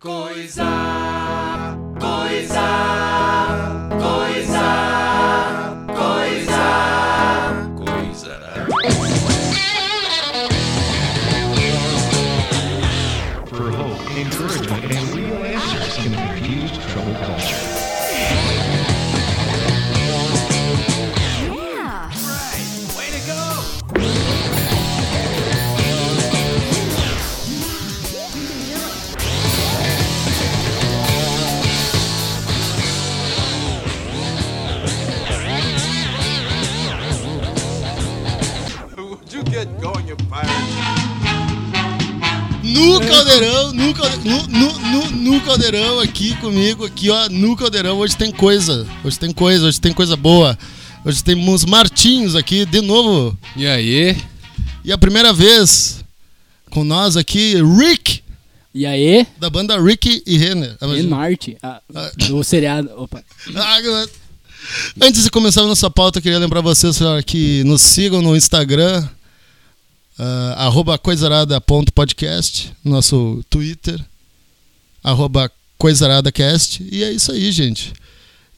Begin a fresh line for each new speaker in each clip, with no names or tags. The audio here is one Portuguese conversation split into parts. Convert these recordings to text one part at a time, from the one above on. Coisa, coisa, coisa, coisa, coisa.
for hope, encouragement, and real answers in a confused, troubled culture.
Would you get going, you pirate?
No caldeirão, no, calde- no, no, no, no caldeirão aqui comigo, aqui ó, no caldeirão. Hoje tem coisa, hoje tem coisa, hoje tem coisa boa. Hoje temos Martinhos aqui de novo.
E aí?
E a primeira vez com nós aqui, Rick,
E aí,
da banda Rick e Renner. Ah, mas-
Enarte, ah, do seriado. Opa.
Ah, mas- Antes de começar a nossa pauta, eu queria lembrar vocês senhora, que nos sigam no Instagram, ah, arroba coisarada.podcast, nosso Twitter, arroba coisaradacast, e é isso aí, gente.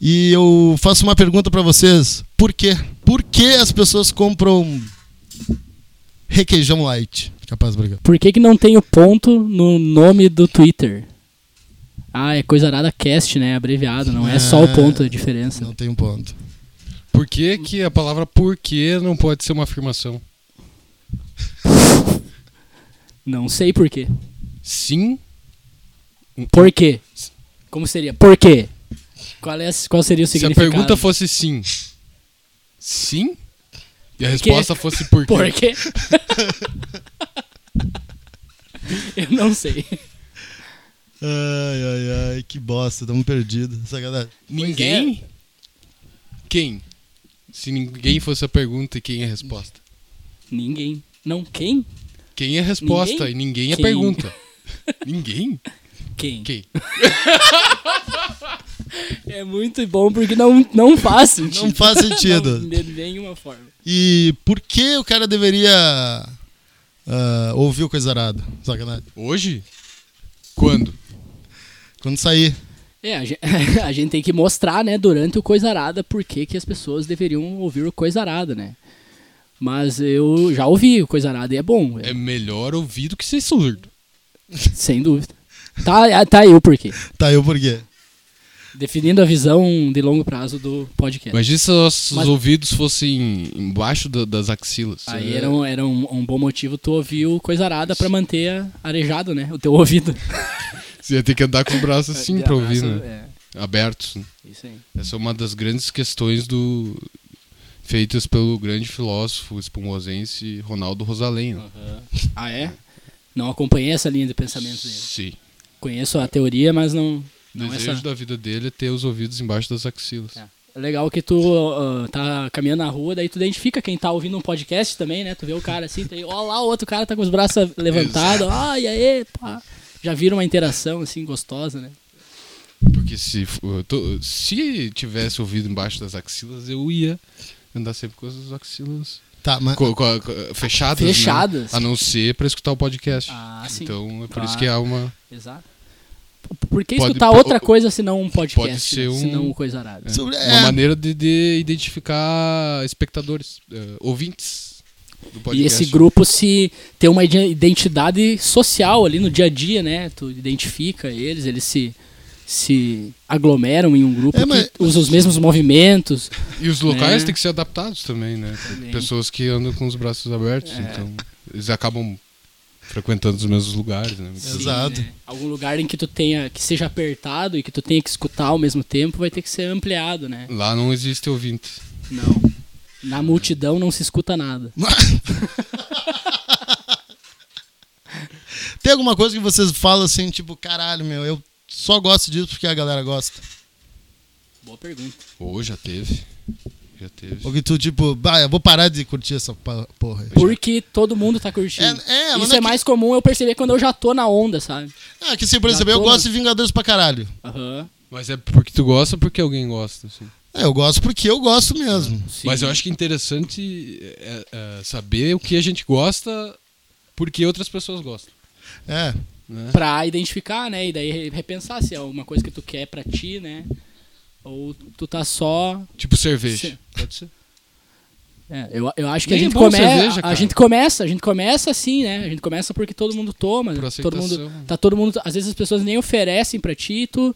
E eu faço uma pergunta pra vocês, por quê? Por que as pessoas compram requeijão light? Capaz, obrigado.
Por que, que não tem o ponto no nome do Twitter? Ah, é coisa nada cast, né? Abreviado, não é só o ponto a diferença.
Não tem um ponto.
Por que, que a palavra porquê não pode ser uma afirmação?
Não sei por quê.
Sim,
Por quê? Como seria? Por quê? Qual, é, a- qual seria o
se a
significado?
pergunta fosse sim. Sim? E a resposta fosse por quê?
Por quê? Eu não sei.
Ai, ai, ai, que bosta, tamo perdido. Sacanagem.
Ninguém?
É.
Quem? Se ninguém fosse a pergunta e quem é a resposta?
Ninguém. Não, quem?
Quem é a resposta
Ninguém?
e ninguém é a
Quem?
pergunta? ninguém?
Quem?
Quem?
É muito bom porque não, não faz sentido.
Não faz sentido.
Não, de nenhuma forma.
E por que o cara deveria ah, ouvir o Coisarado? né? Sacanagem.
Hoje? Quando?
Quando sair.
É, a gen- a gente, tem que mostrar, né, durante o Coisarada, por que que as pessoas deveriam ouvir o Coisarada, né? Mas eu já ouvi o Coisarada e é bom,
É melhor ouvir do que ser surdo.
sem dúvida. Tá, ah, tá aí o porquê.
Tá, eu por quê?
Definindo a visão de longo prazo do podcast.
Imagina se nossos
Mas-
ouvidos fossem embaixo da- das axilas.
Aí era, um, era um, um bom motivo tu ouvir o Coisarada pra manter a- arejado, né, o teu ouvido.
Você ia ter que andar com o braço assim pra ouvir, né?
É,
Abertos. né?
isso aí.
Essa é uma das grandes questões do feitas pelo grande filósofo espumosense Ronaldo Rosalém. né?
Ah, é? Não acompanhei essa linha de pensamento dele.
Sim.
Conheço a teoria, mas não.
O
não
desejo
essa...
da vida dele é ter os ouvidos embaixo das axilas.
É. É legal que tu ah, tá caminhando na rua, daí tu identifica quem tá ouvindo um podcast também, né? Tu vê o cara assim, tem, ó lá, o outro cara tá com os braços levantados, ah, e aí, pá. Já vira uma interação, assim, gostosa, né?
Porque se f- eu tô- se tivesse ouvido embaixo das axilas, eu ia andar sempre com as axilas
Tá, mas.
co- co- co- fechadas. né?
Fechadas.
A não ser pra escutar o podcast.
Ah, sim.
Então é por
Claro.
isso que há uma.
Exato. P- Por que
Pode-
escutar
po-
outra coisa se não um podcast?
pode ser
né?
um-
Se não um coisa arada.
Sobre-
Uma
é.
maneira de, de identificar espectadores, eh, ouvintes do É, podcast.
E esse grupo se tem uma ide- identidade social ali no dia a dia, né? Tu identifica eles, eles se, se aglomeram em um grupo
É,
que
mas-
usa os mesmos movimentos.
E os locais
né?
têm que ser adaptados também, né? Tem
Também.
Pessoas que andam com os braços abertos,
É.
então eles acabam frequentando os mesmos lugares, né?
Sim. Exato.
né? Algum lugar em que tu tenha que seja apertado e que tu tenha que escutar ao mesmo tempo vai ter que ser ampliado, né?
Lá não existe ouvinte.
Não. Na multidão não se escuta nada.
Tem alguma coisa que vocês falam assim, tipo, caralho, meu, eu só gosto disso porque a galera gosta.
Boa pergunta.
Ou já teve. Já teve.
Ou que tu, tipo, bah, eu vou parar de curtir essa pa- porra. aí."
Porque todo mundo tá curtindo.
É- é, mas
Isso
não
é,
é que-
mais comum eu perceber quando eu já tô na onda, sabe?
Ah, que se perceber,
Já
eu
tô-
gosto de Vingadores pra caralho.
Aham.
Mas é porque tu gosta ou porque alguém gosta? assim?
É, eu gosto porque eu gosto mesmo.
Sim.
Mas eu acho que é interessante é, é, saber o que a gente gosta porque outras pessoas gostam.
É.
né?
pra identificar, né? E daí re- repensar se é alguma coisa que tu quer pra ti, né? Ou tu tá só.
Tipo cerveja.
Sim.
Pode ser.
É, eu, eu acho que a
Nem é
gente,
bom
come...
cerveja,
a
cara.
gente começa, a gente começa assim, né? A gente começa porque todo mundo toma, né?
Por
todo mundo
aceitação.
tá todo mundo, às vezes as pessoas nem oferecem pra ti, e tu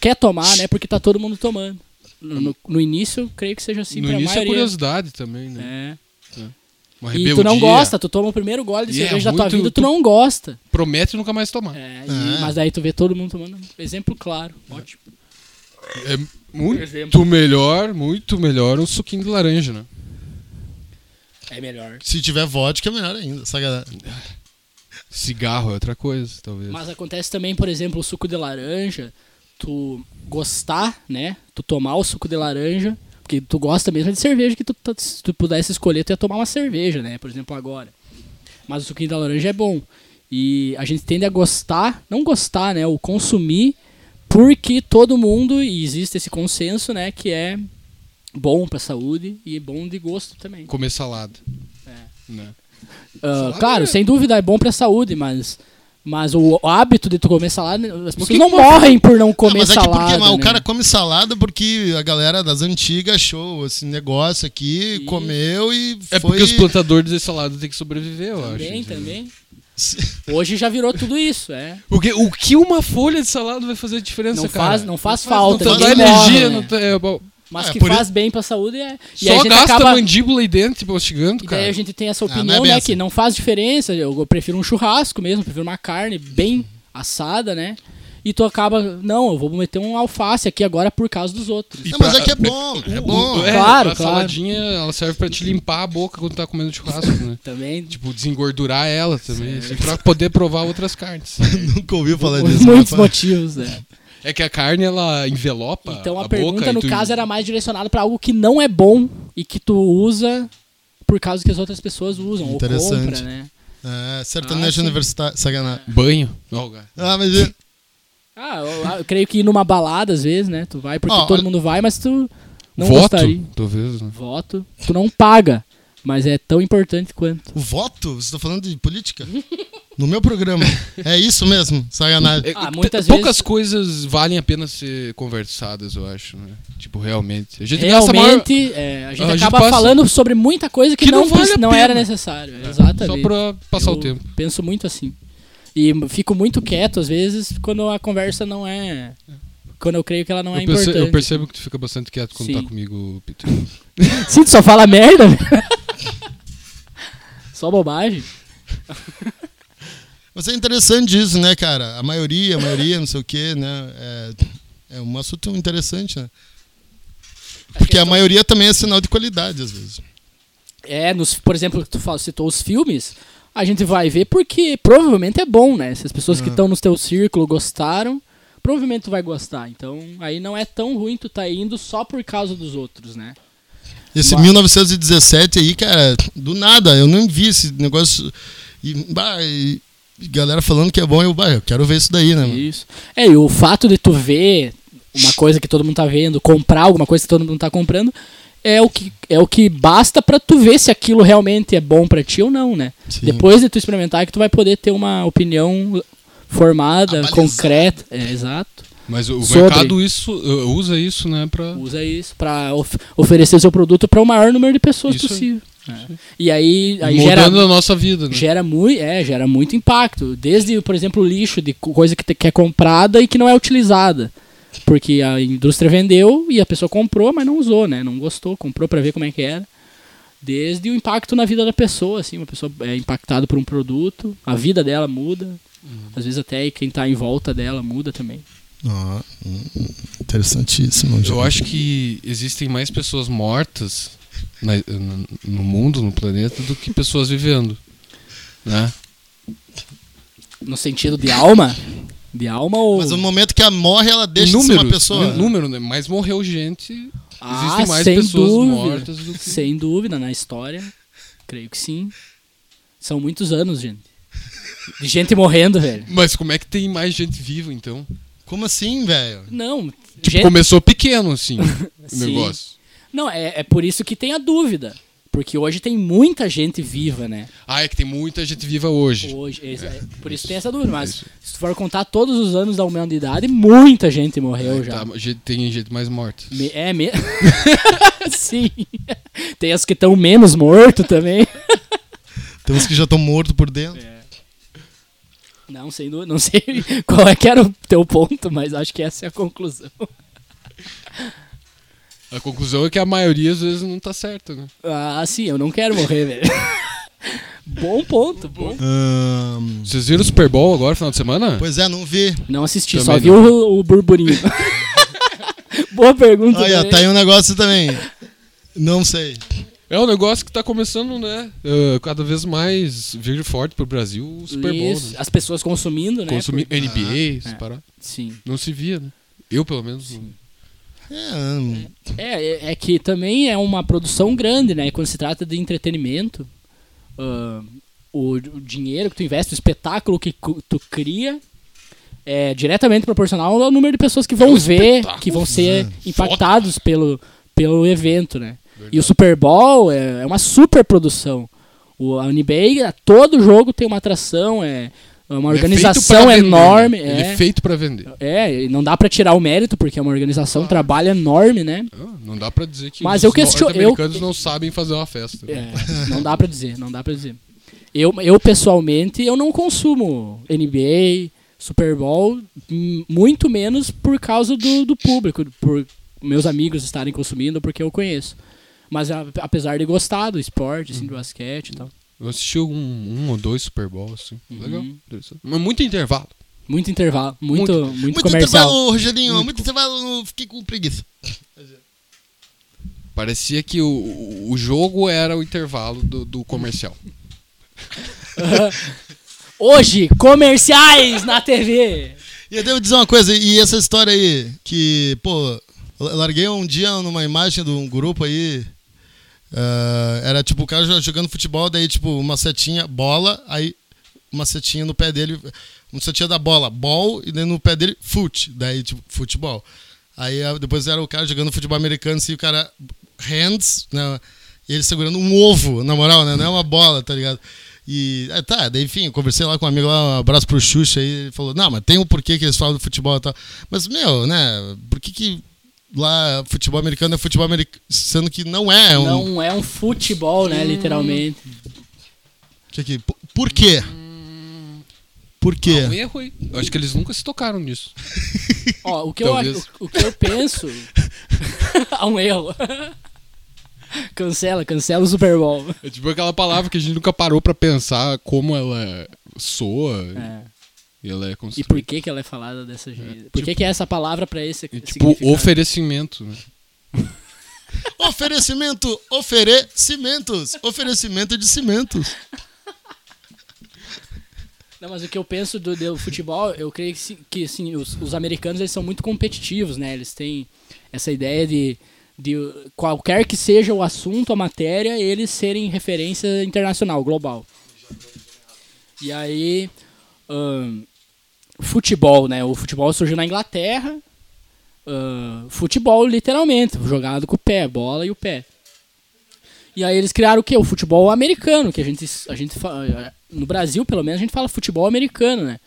quer tomar, né? Porque tá todo mundo tomando. No, no- no início, eu creio que seja assim
no
pra
início é
maioria.
curiosidade também, né?
É.
Uma
E tu não
rebeldia.
gosta, tu toma o primeiro gole de
E é
cerveja da tua
muito-
vida, tu
tu-
não gosta.
Promete nunca mais tomar.
É,
É,
e- mas daí tu vê todo mundo tomando. Exemplo claro, ótimo.
É muito
exemplo.
melhor, muito melhor um suquinho de laranja, né?
É melhor.
Se tiver vodka, é melhor ainda. né? Sacanagem.
Cigarro é outra coisa, talvez.
Mas acontece também, por exemplo, o suco de laranja, tu gostar, né? Tu tomar o suco de laranja, porque tu gosta mesmo de cerveja, que tu, tu- se tu pudesse escolher, tu ia tomar uma cerveja, né? Por exemplo, agora. Mas o suquinho da laranja é bom. E a gente tende a gostar, não gostar, né? O consumir, porque todo mundo, e existe esse consenso, né? Que é bom pra saúde e bom de gosto também.
Comer salada. Né?
Ah, claro, sem dúvida é bom pra saúde, mas. Mas o hábito de tu comer salada, as pessoas
que
não
que-
morrem por não
Ah,
comer
mas é
salada.
que porque mas o
né?
cara come salada porque a galera das antigas achou esse negócio aqui, comeu e
É
foi.
porque os plantadores de salada têm que sobreviver, eu acho.
Também,
entendeu?
também. Hoje já virou tudo isso, é.
O que, o que uma folha de salada vai fazer a diferença,
Não
cara?
faz- não faz falta,
Não dá
ninguém
energia.
morre,
não
né?
tá- é, bom,
Mas
É,
que
por
faz bem pra saúde é. E aí a
só
gente
gasta
acaba.
mandíbula e dente mastigando,
E
cara.
daí a gente tem essa
Ah, não é
opinião,
bem
né?
assim.
Que não faz diferença. Eu prefiro um churrasco mesmo, prefiro uma carne bem assada, né? E tu acaba, não, eu vou meter um alface aqui agora por causa dos outros.
E
Não, mas
pra-
é que é bom, é bom.
É,
Claro,
a
claro.
saladinha ela serve pra te limpar a boca quando tá comendo churrasco, né?
Também.
Tipo, desengordurar ela também, assim, pra poder provar outras carnes.
Nunca ouviu falar
por
disso.
muitos
rapaz.
motivos, né?
É que a carne ela envelopa.
Então a,
boca
pergunta,
e
no
tu-
caso, era mais direcionada pra algo que não é bom e que tu usa por causa que as outras pessoas usam ou
Interessante.
compra, né?
É,
Ah,
sertanejo
sim.
universitário. Sacanagem.
Banho. Ó, o gato.
Ah, mas. é-
Ah, eu, eu creio que numa balada, às vezes, né? Tu vai porque
Ó,
todo
olha-
mundo vai, mas tu não
Voto,
gostaria.
talvez. Né?
Voto. Tu não paga, mas é tão importante quanto.
O voto? Vocês estão falando de política? No meu programa. É isso mesmo, sacanagem.
Ah,
É,
muitas
t- Poucas
vezes-
coisas valem a pena ser conversadas, eu acho, né? Tipo, realmente. A gente gasta maior-
Realmente, é, a gente
A gente
acaba
passa-
falando sobre muita coisa que,
Que
não,
não vale
preci-
a
não
pena.
era necessário. Exatamente.
Só pra passar
Eu
o tempo.
Penso muito assim. E m- fico muito quieto, às vezes, quando a conversa não é. Quando eu creio que ela não é
eu, perce- eu
importante.
percebo que tu fica bastante quieto quando
Sim.
tá comigo, Peter.
Sim, tu só fala merda. né? só bobagem.
Mas é interessante isso, né, cara? A maioria, a maioria, não sei o quê, né? É, é um assunto interessante, né? Porque a maioria também é sinal de qualidade, às vezes.
É, nos, por exemplo, tu fala- citou os filmes, a gente vai ver porque provavelmente é bom, né? Se as pessoas
Uhum.
que estão no teu círculo gostaram, provavelmente tu vai gostar. Então, aí não é tão ruim tu tá indo só por causa dos outros, né?
Esse 1917 aí, cara, do nada, eu não vi esse negócio. E, bah, e- e galera falando que é bom, eu, bah, eu quero ver isso daí, né?
Hum.
mano?
Isso. É, e o fato de tu ver uma coisa que todo mundo tá vendo, comprar alguma coisa que todo mundo tá comprando, é o que, é o que basta pra tu ver se aquilo realmente é bom pra ti ou não, né?
Sim.
Depois de tu experimentar é que tu vai poder ter uma opinião formada,
Abalizada.
concreta. É, exato.
Mas o
Sobre.
mercado isso, uh, usa isso, né, pra...
Usa isso pra of- oferecer o seu produto pra o maior número de pessoas
Isso aí.
possível. É. E aí, aí gera
mudando a nossa vida, né?
gera muito é gera muito impacto desde por exemplo o lixo de co- coisa que, te- que é comprada e que não é utilizada porque a indústria vendeu e a pessoa comprou mas não usou né não gostou comprou pra ver como é que era desde o impacto na vida da pessoa assim uma pessoa é impactada por um produto a vida dela muda às vezes até quem tá em volta dela muda também
Ó, hum, interessantíssimo.
Eu acho que existem mais pessoas mortas na- n- no mundo, no planeta, do que pessoas vivendo. Né?
no sentido de alma de alma ou
Mas no momento que ela morre, ela deixa de ser uma pessoa.
nú- número, né? Mas morreu gente.
Ah,
existem mais
sem
pessoas
dúvida.
mortas do que.
Sem dúvida, na história. Creio que sim. São muitos anos, gente. De gente morrendo, velho.
Mas como é que tem mais gente viva, então?
Como assim, velho?
Não,
Tipo,
gente-
começou pequeno, assim, o
Sim.
negócio.
não é, é por isso que tem a dúvida. Porque hoje tem muita gente viva, né?
Ah, é que tem muita gente viva hoje.
Hoje, esse- é, por isso tem essa dúvida, mas se tu for contar todos os anos da humanidade, muita gente morreu já.
Tá, gente- tem gente mais morta.
Me- é mesmo. Sim. Tem as que estão menos morto também.
Tem uns que já estão mortos por dentro.
Não sei, do- não sei qual é que era o teu ponto, mas acho que essa é a conclusão.
A conclusão é que a maioria às vezes não tá certa, né?
Ah, sim, eu não quero morrer, velho. bom ponto, bom.
Ahn,
Vocês viram o Super Bowl agora, final de semana?
Ah, pois é, não vi.
Não assisti,
Também
só vi o, o burburinho. Boa pergunta.
Olha,
né?
tá aí um negócio também. Não sei.
É um negócio que tá começando, né? uh, cada vez mais vir forte pro Brasil o Super Bowl.
Isso,
Né?
As pessoas consumindo, né?
Consumir NBA,
É.
essas paradas.
Por- Sim.
Não se via, né? Eu, pelo menos. não.
É, hum,
É, é- é que também é uma produção grande, né? E Quando se trata de entretenimento, ah, o, o dinheiro que tu investe, o espetáculo que cu- tu cria, é diretamente proporcional ao número de pessoas que vão ver, que vão ser impactados pelo, pelo evento, né? E o Super Bowl é, é uma super produção. O, a NBA, a todo jogo tem uma atração, é, é uma
Ele é feito pra
organização
vender, né?
enorme.
Ele
é.
é feito pra vender.
É, e não dá pra tirar o mérito, porque é uma organização, um trabalho enorme, né?
Ah, Não dá pra dizer que
Mas
os
eu questiono-
norte-americanos não sabem fazer uma festa. né?
É, não dá pra dizer, não dá pra dizer. Eu, eu pessoalmente, eu não consumo NBA, Super Bowl, m- muito menos por causa do, do público, por meus amigos estarem consumindo, porque eu conheço. Mas a- apesar de gostar do esporte, assim, do
Hum.
basquete e tal.
Eu assisti um, um ou dois Super Bowl, assim. Legal.
Uhum.
interessante. Mas muito intervalo.
Muito intervalo, muito, muito,
Muito
comercial.
intervalo, Rogerinho. Muito, intervalo. Fiquei com preguiça.
Parecia que o- o, o jogo era o intervalo do, do comercial.
Hoje, comerciais na TV!
E eu devo dizer uma coisa, e essa história aí, que, pô, la- larguei um dia numa imagem de um grupo aí. ah, era tipo o cara jo- jogando futebol, daí, tipo, uma setinha, bola, aí uma setinha no pé dele, uma setinha da bola, ball, e daí no pé dele, foot, daí, tipo, futebol. Aí ah, depois era o cara jogando futebol americano, assim, o cara, hands, né? E ele segurando um ovo, na moral, né? Não é uma bola, tá ligado? E é, tá, daí enfim, eu conversei lá com um amigo lá, um abraço pro Xuxa aí, ele falou, não, mas tem um porquê que eles falam do futebol e tal. Mas, meu, né, por que que lá futebol americano é futebol americano, sendo que não é um...
Não é um futebol,
hum.
né, literalmente.
Que que- por- por quê? Por quê?
Um erro aí. Eu acho que eles nunca se tocaram nisso.
Ó, o que, eu,
Talvez.
acho- o, o que eu penso. Há um erro. cancela, cancela o Super Bowl.
É tipo aquela palavra que a gente nunca parou pra pensar como ela soa
É.
e ela é
E
construída.
por que, que ela é falada dessa jeito? Por que, que é essa palavra pra esse.
E, tipo, oferecimento. né?
Oferecimento, oferecimentos, oferecimento de cimentos.
Não, mas o que eu penso do, do futebol, eu creio que, sim- que assim, os, os americanos eles são muito competitivos, né? Eles têm essa ideia de, de qualquer que seja o assunto, a matéria, eles serem referência internacional, global. E aí, ahn, futebol, né? O futebol surgiu na Inglaterra. ahn, futebol, literalmente, jogado com o pé, bola e o pé. E aí eles criaram o quê? O futebol americano, que a gente, a gente fa- no Brasil, pelo menos, a gente fala futebol americano, né?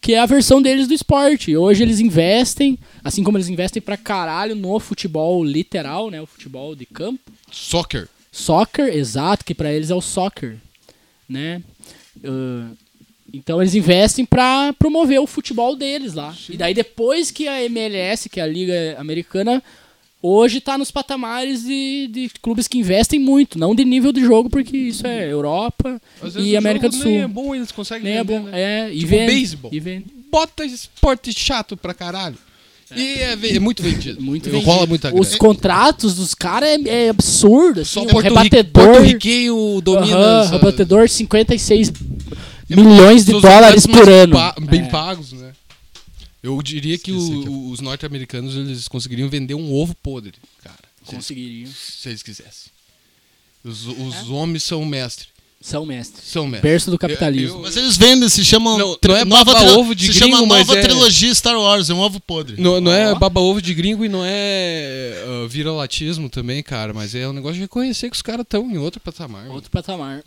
Que é a versão deles do esporte. E hoje eles investem, assim como eles investem pra caralho no futebol literal, né? O futebol de campo.
Soccer.
Soccer, exato, que pra eles é o soccer, né? Ah, então eles investem pra promover o futebol deles lá. E daí depois que a MLS, que é a liga americana, hoje tá nos patamares de, de clubes que investem muito, não de nível de jogo, porque isso é Europa
Às vezes
e
o
América do
jogo
Sul.
Nem é bom, eles conseguem
Nem é
vender,
bom,
né?
é, e
Tipo
vende,
beisebol.
e vende.
Bota esporte chato pra caralho. E é, ve- é muito vendido.
Muito
Eu
vendido.
Rola muita grana.
Os contratos dos caras é, é absurdo, assim,
Só
o
Porto,
rebatedor...
Rico, Porto Riquenho domina.
Aham, é um
essa-
rebatedor 56
É
milhões de
São eh, os
dólares
caras mais
por ano.
pa- bem
É.
pagos, né? Eu diria que
Esqueci
o-
que
os norte-americanos eles conseguiriam vender um ovo podre, cara. Se eles,
Conseguiriam. É?
se eles quisessem. Os, os homens são mestres.
São mestres.
São mestres.
Berço do capitalismo.
Eu- eu-
Mas eles vendem, se chamam.
Não,
tri-
não é
nova
baba
trilo-
ovo de
Se
gringo,
chama
mas
nova
é-
trilogia Star Wars, é um ovo podre.
Não, não é
Ó.
baba-ovo de gringo e não é ah, viralatismo também, cara, mas é um negócio de reconhecer que os caras estão em outro patamar. mano.
Outro patamar.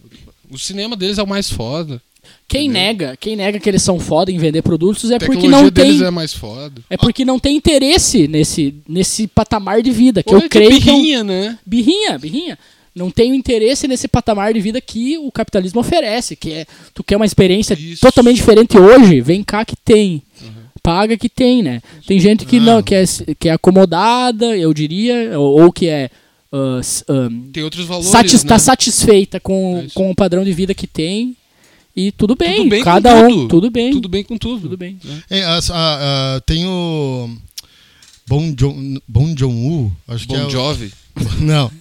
O cinema deles é o mais foda.
Quem
Entendeu?
nega, quem nega que eles são foda em vender produtos é
A
porque
tecnologia
não
deles
tem.
é mais foda.
É porque não tem interesse nesse, nesse patamar de vida. Que
Ou é
eu
de
creio que é um-
birrinha, né?
Birrinha, birrinha. Não tenho interesse nesse patamar de vida que o capitalismo oferece, que é tu quer uma experiência
Isso.
totalmente diferente hoje, vem cá que tem. Paga que tem, né? Tem gente que
Ah.
não, que é, que é acomodada, eu diria, ou, ou que é ah, s- ah,
Tem outros valores,
satis, tá
né?
satisfeita com,
É isso.
com o padrão de vida que tem. E tudo bem,
Tudo bem com
cada um,
tudo.
tudo bem.
Tudo Né? bem com tudo.
Tudo bem.
É, as- a- a- tem o. Bon John, bon John Woo, acho que é.
Bom
o-
Jove.
Não.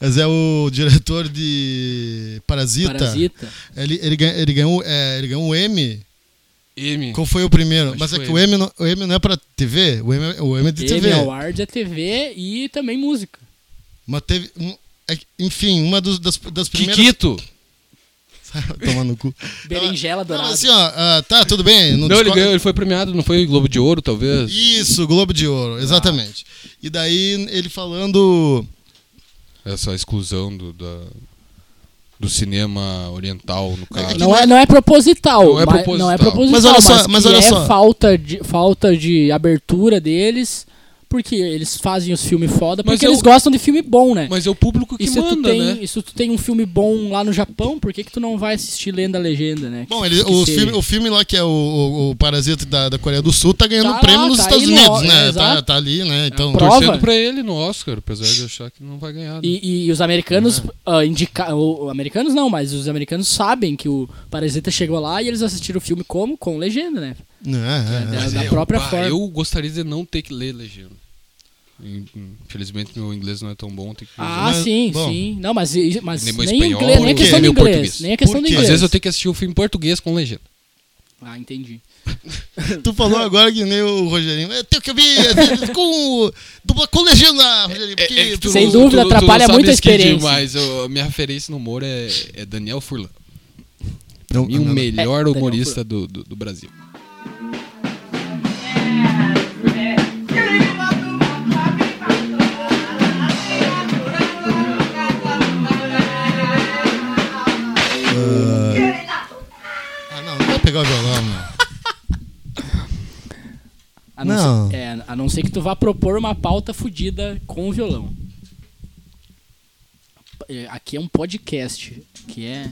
Mas é o diretor de Parasita.
Parasita.
Ele, ele, ganha- ele ganhou, é, ele ganhou o M.
M.
Qual foi o primeiro?
Acho
Mas é
que
que o
foi
M, não, o M não é pra TV? O M, é- o M é de TV.
Emmy Awards é TV e também música.
Mas teve. um- é que- enfim, uma dos- das, das primeiras.
Kikito.
Toma no cu.
Tá Berinjela
Não,
dourada.
mas assim, ó, ah, tá, tudo bem.
Não,
discordo-
ele, ganhou, ele foi premiado, não foi Globo de Ouro, talvez?
Isso, Globo de
Ah.
Ouro, exatamente. E daí ele falando.
Essa exclusão do, da- do cinema oriental, no caso.
Não é, não é proposital.
Ah, Não é
mas-
proposital.
Não é proposital.
Mas olha só, mas
que
olha
é
só.
Falta de, falta de abertura deles, porque eles fazem os filmes foda,
Mas
porque
eu-
eles gostam de filme bom, né?
Mas é o público que
e se tu,
manda,
tem,
né?
e se tu tem um filme bom lá no Japão, por que, que tu não vai assistir Lenda Legenda, né?
Bom,
Que-
ele,
que
o,
seja.
filme, o filme lá que é o, o, o Parasita da, da Coreia do Sul tá ganhando
Tá
prêmio
lá,
nos
tá
Estados
aí no-
Unidos, né?
é,
tá,
exato. É,
tá ali, né? Então,
prova.
Torcendo pra ele no Oscar, apesar de eu achar que não vai ganhar. né?
E, e os americanos
É.
ah, indica- o- o- Americanos não, mas os americanos sabem que o Parasita chegou lá e eles assistiram o filme como? Com legenda, né?
É, é, é.
da
eu-
própria
bah,
forma.
Eu gostaria de não ter que ler legenda. In- Infelizmente meu inglês não é tão bom. Tem que
Ah,
Mas,
sim,
bom.
sim. Não, mas, e- mas
Nem
nem,
meu espanhol,
inglês, nem
por quê?
a questão do
Nem meu
inglês.
português.
Nem a questão do
Por quê?
inglês.
Às vezes eu tenho que assistir o filme em português com legenda.
Ah, entendi.
Tu falou agora que nem o Rogerinho. Eu tenho que ouvir é, com, o- dupla com legenda,
É,
Rogerinho. Porque,
tu
Sem
não-
dúvida,
tu não
atrapalha
sabe
muito a
esse kid,
experiência.
Mas eu- a minha referência no humor é, é Daniel Furlan.
Não,
E o
não, não.
melhor
Daniel
humorista do, do, do Brasil.
Ah, não, não vai pegar o violão, mano.
A não,
Não.
Ser, é, a não ser que tu vá propor uma pauta fodida com o violão. É, Aqui é um podcast, que é...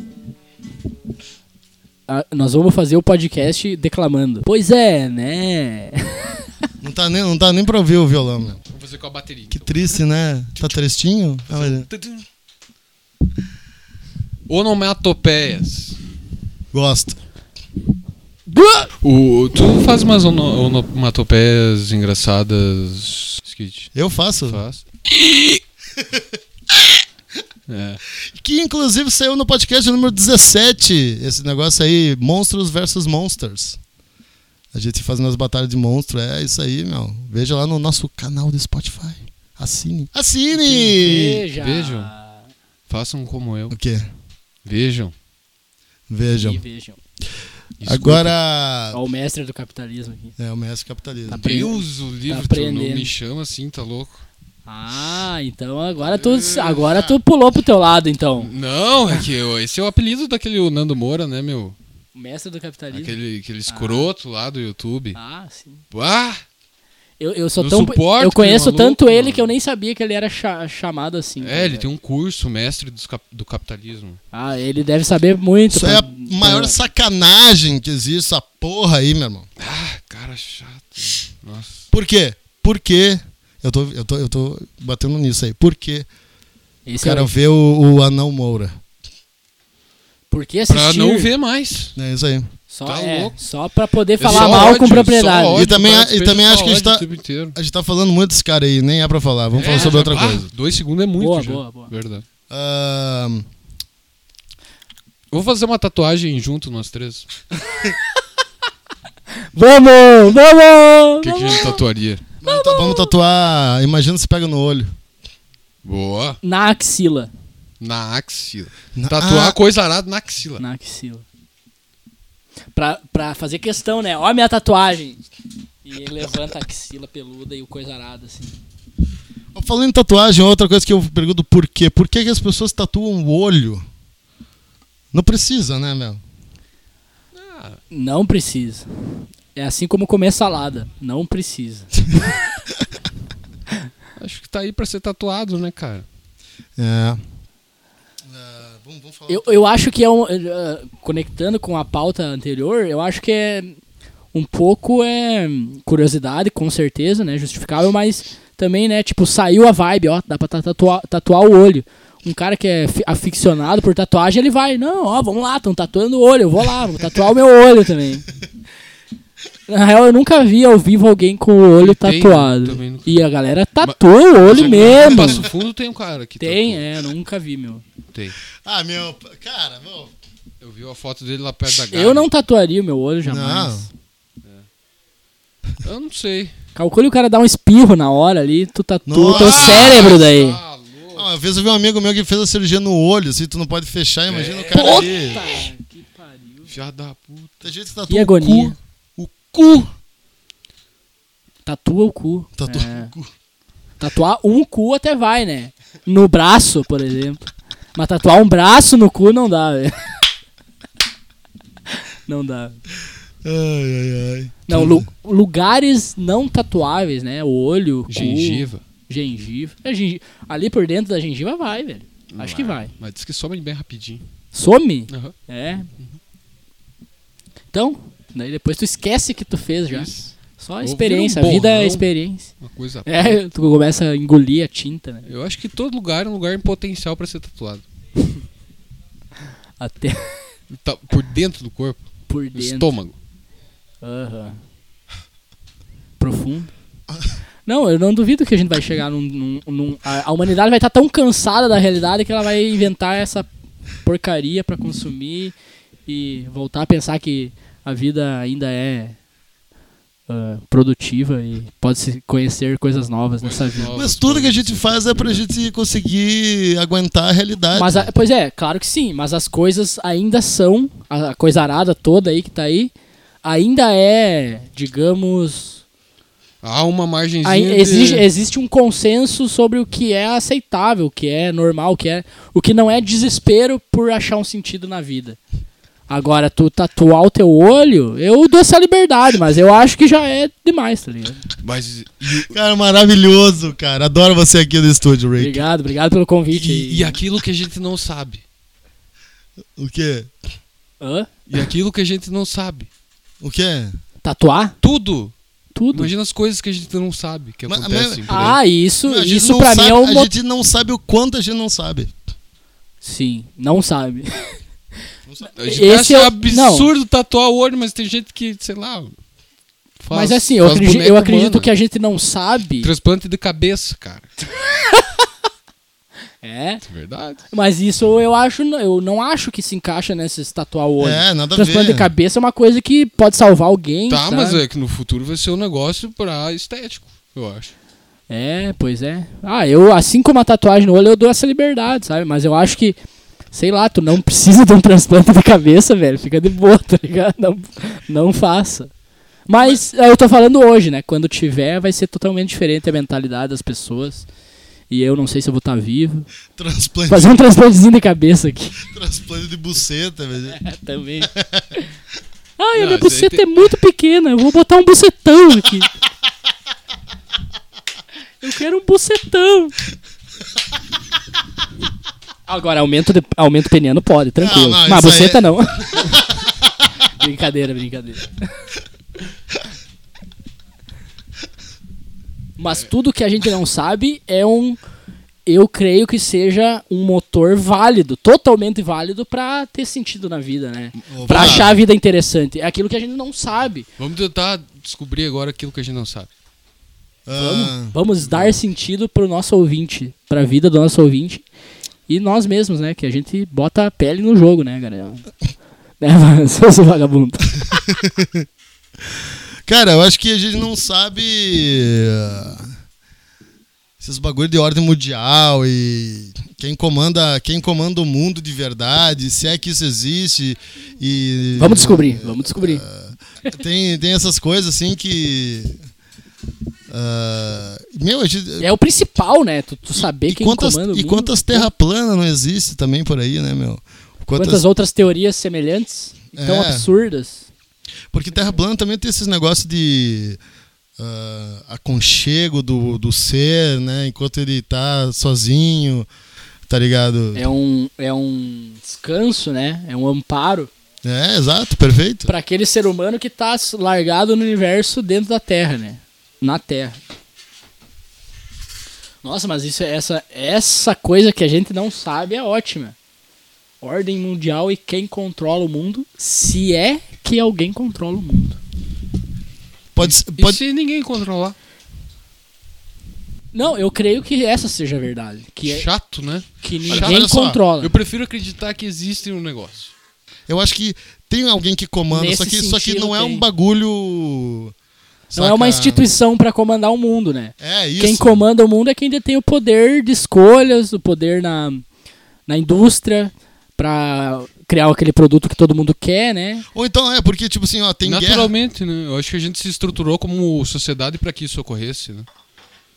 Ah, nós vamos fazer o podcast declamando. Pois é, né?
Não tá nem, não tá nem pra ouvir o violão, mano.
Vou fazer com a bateria.
Que
então.
triste, né? Tá tristinho? Ah, olha.
Onomatopeias.
Gosto.
O, tu faz umas ono, onomatopeias engraçadas, Skid?
Eu faço.
Faz. É.
Que inclusive saiu no podcast número 17. Esse negócio aí, Monstros versus Monsters. A gente faz umas batalhas de monstro, é isso aí, meu. Veja lá no nosso canal do Spotify. Assine. Assine!
Veja.
Vejam. Façam como eu.
O quê?
Vejam.
E
Vejam.
vejam.
Escutem.
Agora.
Ó, o mestre do capitalismo aqui.
É o mestre capitalismo.
Tá
Deus, o livro, tu não
aprendendo.
me chama assim, tá louco?
Ah, então agora tu, agora tu pulou pro teu lado, então.
Não, é que eu- esse é o apelido daquele o Nando Moura, né, meu?
O mestre do capitalismo.
Aquele,
Ah.
aquele escroto lá do YouTube.
Ah, sim.
Ah!
Eu, eu sou
Não
tão.
suporto
Eu conheço
aquele
tanto
maluco,
ele
mano.
que eu nem sabia que ele era cha- chamado assim. tá
É, ele
ligado?
tem um curso, mestre dos cap- do capitalismo.
Ah, ele deve saber muito.
Isso
pra-
é a
pra-
maior sacanagem que existe, essa porra aí, meu irmão.
Ah, cara chato. Nossa.
Por quê? Porque. Eu tô, eu tô, eu tô batendo nisso aí. Por quê? O
Esse é
cara
o-
vê o, o Anão Moura.
Por que assistir?
Pra não ver mais.
É isso aí.
Só,
Tá
é,
louco.
só pra poder
Eu
falar
só
mal
ódio,
com propriedade.
só
E também-
cara,
e
despejo
também
só
acho que a gente
ódio
tá-
o tempo inteiro.
A gente tá falando muito desse cara aí, nem é pra falar. Vamos falar
É,
sobre
já-
outra
ah,
coisa. Ah,
Dois segundos é muito.
Boa,
já.
boa, boa.
Verdade.
Ahn,
Eu vou fazer uma tatuagem junto, nós três.
Tá Vamos!
O
Vamos!
que, que a gente tatuaria?
vamos, ta- vamos tatuar. Imagina se pega no olho.
Boa.
Na axila.
Na axila.
Na-
Tatuar
Ah.
coisarado na axila.
Na axila. Pra, pra fazer questão, né? Ó a minha tatuagem. E ele levanta a axila peluda e o coisa arada, assim.
Falando em tatuagem, outra coisa que eu pergunto por quê? Por que, que as pessoas tatuam o olho? Não precisa, né, meu?
Não precisa. É assim como comer salada. Não precisa.
Acho que tá aí pra ser tatuado, né, cara?
É.
Eu, eu acho que é um. eh, Conectando com a pauta anterior, eu acho que é. Um pouco é curiosidade, com certeza, né? Justificável, mas também, né? Tipo, saiu a vibe, ó. Dá pra ta- tatuar, tatuar o olho. Um cara que é fi- aficionado por tatuagem, ele vai, não, ó, vamos lá, estão tatuando o olho, eu vou lá, vou tatuar o meu olho também. Na real, eu nunca vi ao vivo alguém com o olho
Eu tenho,
tatuado.
também nunca-
E a galera tatua o olho
No
mesmo.
Passo Fundo tem um cara que
Tem,
tatua.
é, nunca vi, meu.
Tem.
Ah, meu, cara, meu.
Eu vi a foto dele lá perto da Gabi.
Eu não tatuaria o meu olho jamais.
Não.
Eu não sei.
Calcule o cara dar um espirro na hora ali, tu tatua o teu
Nossa!
cérebro daí.
Ah, louco.
Ah, uma vez eu vi um amigo meu que fez a cirurgia no olho, assim, tu não pode fechar, imagina o cara ali.
Filha da puta.
Tem gente que tatua
Que
o
agonia.
cu. O cu.
Tatua o cu.
Tatua
É.
o cu.
Tatuar um cu até vai, né? No braço, por exemplo. Mas tatuar um braço no cu não dá, velho. Não dá.
Ai, ai, ai.
Não, lu- lugares não tatuáveis, né? O olho, o cu,
Gengiva.
gengiva. É, gengi- Ali por dentro da gengiva vai, velho. Acho que vai.
Mas diz que some bem rapidinho.
Some?
Aham.
É. Então, daí depois tu esquece que tu fez já.
Isso.
Só a
Ou
experiência.
vira
a
um
vida é
borrão.
experiência.
Uma coisa.
É, tu começa a engolir a tinta, né?
Eu acho que todo lugar é um lugar em potencial pra ser tatuado.
Até
Tá por dentro do corpo.
por
do
dentro.
Estômago.
Aham. Profundo. Não, eu não duvido que a gente vai chegar num. num- num- a, a humanidade vai estar tão cansada da realidade que ela vai inventar essa porcaria pra consumir e voltar a pensar que a vida ainda é ah, produtiva e pode se conhecer coisas novas nessa vida.
Mas tudo que a gente faz é pra gente conseguir aguentar a realidade.
Mas a- pois é, claro que sim, mas as coisas ainda são, a, a coisa arada toda aí que tá aí, ainda é, digamos,
Há uma margenzinha.
aí
de-
exige- existe um consenso sobre o que é aceitável, o que é normal, o que é, o que não é desespero por achar um sentido na vida. Agora, tu tatuar o teu olho, eu dou essa liberdade, mas eu acho que já é demais, tá ligado?
Mas e,
Cara, maravilhoso, cara. Adoro você aqui no estúdio, Rick.
Obrigado, obrigado pelo convite.
e-
aí.
e aquilo que a gente não sabe.
O quê?
Hã?
E aquilo que a gente não sabe.
O quê?
Tatuar?
Tudo.
Tudo.
Imagina as coisas que a gente não sabe que
Mas-
acontecem. por aí.
Ah, isso,
Não, a gente
isso
não
pra
sabe-
mim é um
A
motor.
gente não sabe o quanto a gente não sabe.
Sim, não sabe.
A gente
esse é eu-
acha absurdo tatuar o olho, mas tem gente que, sei lá. faz-
Mas assim, eu,
faz
acredi-
boneco
eu acredito
humano.
que a gente não sabe.
Transplante de cabeça, cara.
É.
Verdade. Tá,
Mas isso eu acho, eu não acho que se encaixa nesse tatuar o olho.
É, nada a
Transplante
ver.
de cabeça é uma coisa que pode salvar alguém.
Tá,
sabe?
mas é que no futuro vai ser um negócio pra estético, eu acho.
É, pois é. Ah, eu, assim como a tatuagem no olho, eu dou essa liberdade, sabe? Mas eu acho que, sei lá, tu não precisa de um transplante de cabeça, velho. Fica de boa, tá ligado? Não, não faça. Mas é, eu tô falando hoje, né? Quando tiver, vai ser totalmente diferente a mentalidade das pessoas. E eu não sei se eu vou estar vivo.
Transplante,
Fazer um transplantezinho de cabeça aqui.
transplante de buceta, velho.
Também. Ai, a
Não,
minha
isso aí
buceta
tem-
é muito pequena. Eu vou botar um bucetão aqui. Eu quero um bucetão. Agora, aumento, de, aumento peniano pode, tranquilo.
Não, não,
Mas
isso
buceta
aí-
não. brincadeira, brincadeira. Mas tudo que a gente não sabe é um. Eu creio que seja um motor válido, totalmente válido pra ter sentido na vida, né?
Ô,
Pra
Vlad,
achar a vida interessante. É aquilo que a gente não sabe.
Vamos tentar descobrir agora aquilo que a gente não sabe.
ah,
Vamos dar sentido pro nosso ouvinte, pra vida do nosso ouvinte. E nós mesmos, né? Que a gente bota a pele no jogo, né, galera? né, seus vagabundo.
Cara, eu acho que a gente não sabe. eh, esses bagulho de ordem mundial e quem comanda, quem comanda o mundo de verdade, se é que isso existe e
Vamos descobrir, vamos descobrir.
tem, tem essas coisas assim que ah, meu, a gente,
É o principal, né? Tu, tu saber
e
quem
quantas,
comanda o
e
mundo.
quantas terra plana não existe também por aí, né, meu?
Quantas outras teorias semelhantes e tão
É.
absurdas.
Porque terra plana também tem esses negócios de ah, aconchego do, do ser, né? Enquanto ele tá sozinho, tá ligado?
É um, é um descanso, né? É um amparo
É, exato, perfeito.
para aquele ser humano que tá s- largado no universo dentro da Terra, né? Na Terra. Nossa, mas isso, é- essa, essa coisa que a gente não sabe é ótima. Ordem mundial e quem controla o mundo, se é que alguém controla o mundo.
Pode, ser-
E
pode,
se ninguém controlar?
Não, eu creio que essa seja a verdade. Que, é-
Chato, né?
que
Olha
ninguém
só,
controla.
Eu prefiro acreditar que existe um negócio.
eu acho que tem alguém que comanda,
Nesse
só que, só que
sentido
não é
tem.
um bagulho.
Não é uma
saca?
instituição para comandar o mundo, né?
É isso.
Quem comanda o mundo é quem detém o poder de escolhas, o poder na, na indústria para criar aquele produto que todo mundo quer, né?
Ou então é, porque, tipo assim, ó, tem guerra.
Naturalmente, né? Eu acho que a gente se estruturou como sociedade pra que isso ocorresse, né?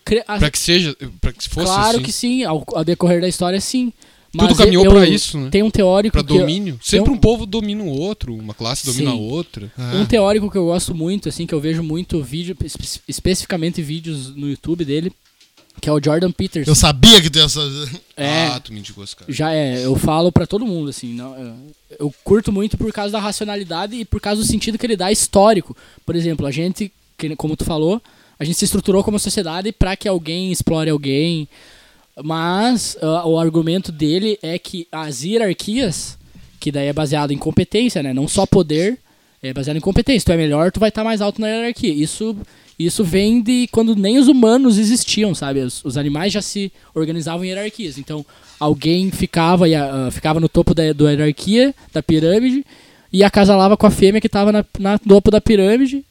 Cri- a-
Pra que seja, pra que fosse
é claro
assim.
que sim, ao, ao decorrer da história sim. Mas
Tudo caminhou
eu-
pra isso, né?
Tem um teórico
Pra
que eu-
domínio. Sempre
eu-
um povo domina o outro, uma classe domina a
Sim.
outra. Ah,
Um teórico que eu gosto muito, assim, que eu vejo muito vídeo, espe- especificamente vídeos no YouTube dele, que é o Jordan Peterson.
Eu sabia que tem essa.
É,
Ah, tu me indicou esse cara.
Já é, eu falo pra todo mundo, assim, não, eu- eu curto muito por causa da racionalidade e por causa do sentido que ele dá histórico. Por exemplo, a gente, que nem- como tu falou, a gente se estruturou como sociedade pra que alguém explore alguém, mas ah, o argumento dele é que as hierarquias, que daí é baseado em competência, né, não só poder, é baseado em competência. Tu é melhor, tu vai estar mais alto na hierarquia. Isso, isso vem de quando nem os humanos existiam, sabe? Os, os animais já se organizavam em hierarquias. Então, alguém ficava, e a- a- ficava no topo da, da hierarquia, da pirâmide, e acasalava com a fêmea que estava na, na topo da pirâmide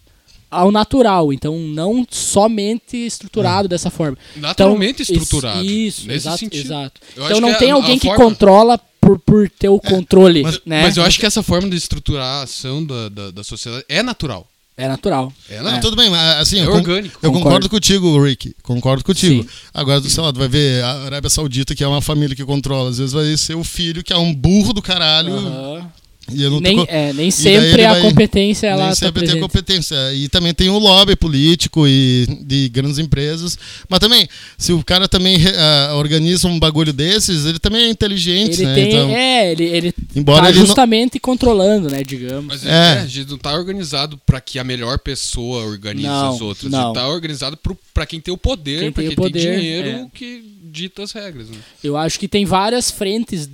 ao natural. Então, não somente
É.
estruturado dessa forma. Então,
Naturalmente
isso-
estruturado,
Isso,
nesse
exato.
sentido.
exato.
Eu
Então,
acho
não
é
que
tem
a- a
alguém que
forma-
controla por, por ter o controle, né?
Mas eu acho que essa forma de estruturar a ação da, da, da sociedade é natural.
É natural.
É
Não,
natural.
tudo bem, mas assim.
É
eu
Então,
con-
orgânico.
Eu concordo.
Concordo.
contigo, Rick. Concordo contigo.
Sim.
Agora, sei lá, tu vai ver a Arábia Saudita, que é uma família que controla. Às vezes vai ser o filho, que é um burro do caralho.
Aham.
E eu não
nem,
tô... co-
é, nem
E daí ele
sempre a
vai-
competência ela
nem
tá
sempre tem
presente.
competência. E também tem o lobby político e de grandes empresas. Mas também, se o cara também eh, organiza um bagulho desses, ele também é inteligente,
Ele
né?
tem,
Então,
é, ele, ele
Embora
tá
ele não-
justamente controlando, né, digamos.
Mas
É.
é, a gente não tá organizado pra que a melhor pessoa organize
Não,
as outras. A
não.
gente tá organizado pro, pra quem tem o poder,
Quem
pra
tem
quem
o poder,
tem dinheiro
é.
que dita as regras. Né?
Eu acho que tem várias frentes,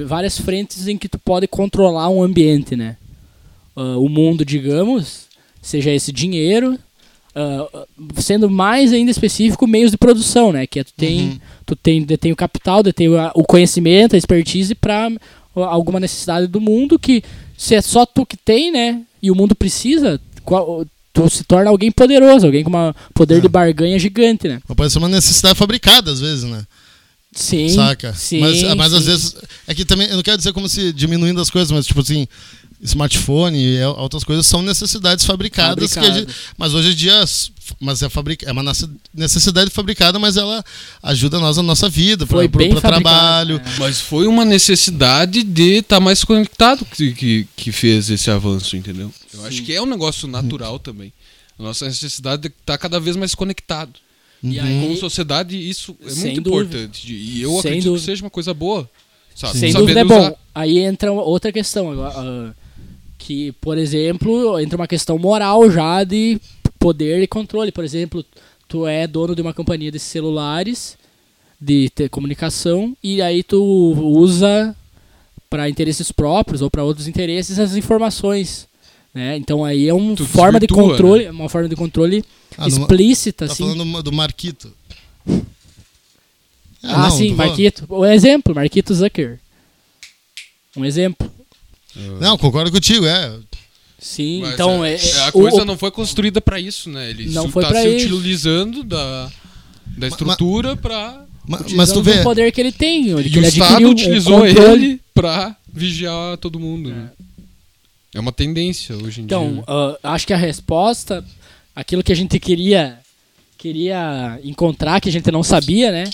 várias frentes em que tu pode controlar um ambiente, né? Ah, o mundo, digamos, seja esse dinheiro, ah, ah, sendo mais ainda específico, meios de produção, né? Que é tu tem,
Uhum.
tu tem, detém o capital, detém a- o conhecimento, a expertise para alguma necessidade do mundo que se é só tu que tem, né? E o mundo precisa, qual- tu se torna alguém poderoso, alguém com um
Ah.
poder de barganha gigante, né?
Mas pode ser uma necessidade fabricada, às vezes, né?
Sim.
Saca?
Sim,
mas mas às
sim.
vezes. É que também. Eu não quero dizer como se diminuindo as coisas, mas tipo assim. Smartphone e al- outras coisas são necessidades fabricadas. que a
Fabricadas.
gente- mas hoje em dia. as- Mas é, fabric, é uma nasce- necessidade fabricada, mas ela ajuda nós na nossa vida,
Foi bem
para
fabricada,
trabalho.
né?
Mas foi uma necessidade de estar mais conectado que, que, que fez esse avanço, entendeu? Eu acho que é um negócio natural também. A nossa necessidade de estar cada vez mais conectado.
E
Como
Uhum.
aí,
sociedade, isso é
Sem
muito
dúvida.
importante. de- E eu
Sem
acredito
dúvida.
que seja uma coisa boa. Sabe?
sem
Saber
dúvida é
usar.
bom. Aí entra uma- outra questão agora. ah, que, por exemplo, entra uma questão moral já de poder e controle. Por exemplo, tu é dono de uma companhia de celulares, de comunicação, e aí tu usa para interesses próprios ou para outros interesses as informações. Né? Então aí é uma
Tu
forma de
desvirtua, né?
controle, uma forma de controle
Ah, numa-
explícita,
Tá
assim.
falando do Marquito.
Ah,
não,
sim,
tu-
Marquito. Um exemplo, Marquito Zucker. Um exemplo.
Não, concordo contigo, é.
Sim,
Mas
então
é-
é,
a
o-
coisa
o-
não foi construída pra isso, né? Ele
Não
su-
foi
tá
pra
se
isso.
utilizando da, Da estrutura pra.
Ma- Mas tu
Utilizando um
vê,
o poder que ele tem. Ele,
E
que
o
ele
Estado
adquiriu um
utilizou
controle.
ele pra vigiar todo mundo. né? É uma tendência hoje em dia.
Então,
né?
ah, acho que a resposta, aquilo que a gente queria, queria encontrar, que a gente não sabia, né?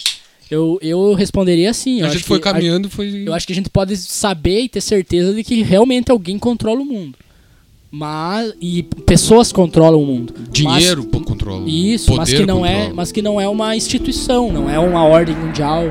Eu, eu responderia assim. Eu
a
acho
gente foi
que-
caminhando e foi.
Eu acho que a gente pode saber e ter certeza de que realmente alguém controla o mundo. Mas e pessoas controlam o mundo.
Dinheiro po- controla.
mas, isso, mas
poder
que não é,
controla.
mas que não é uma instituição, não é uma ordem mundial.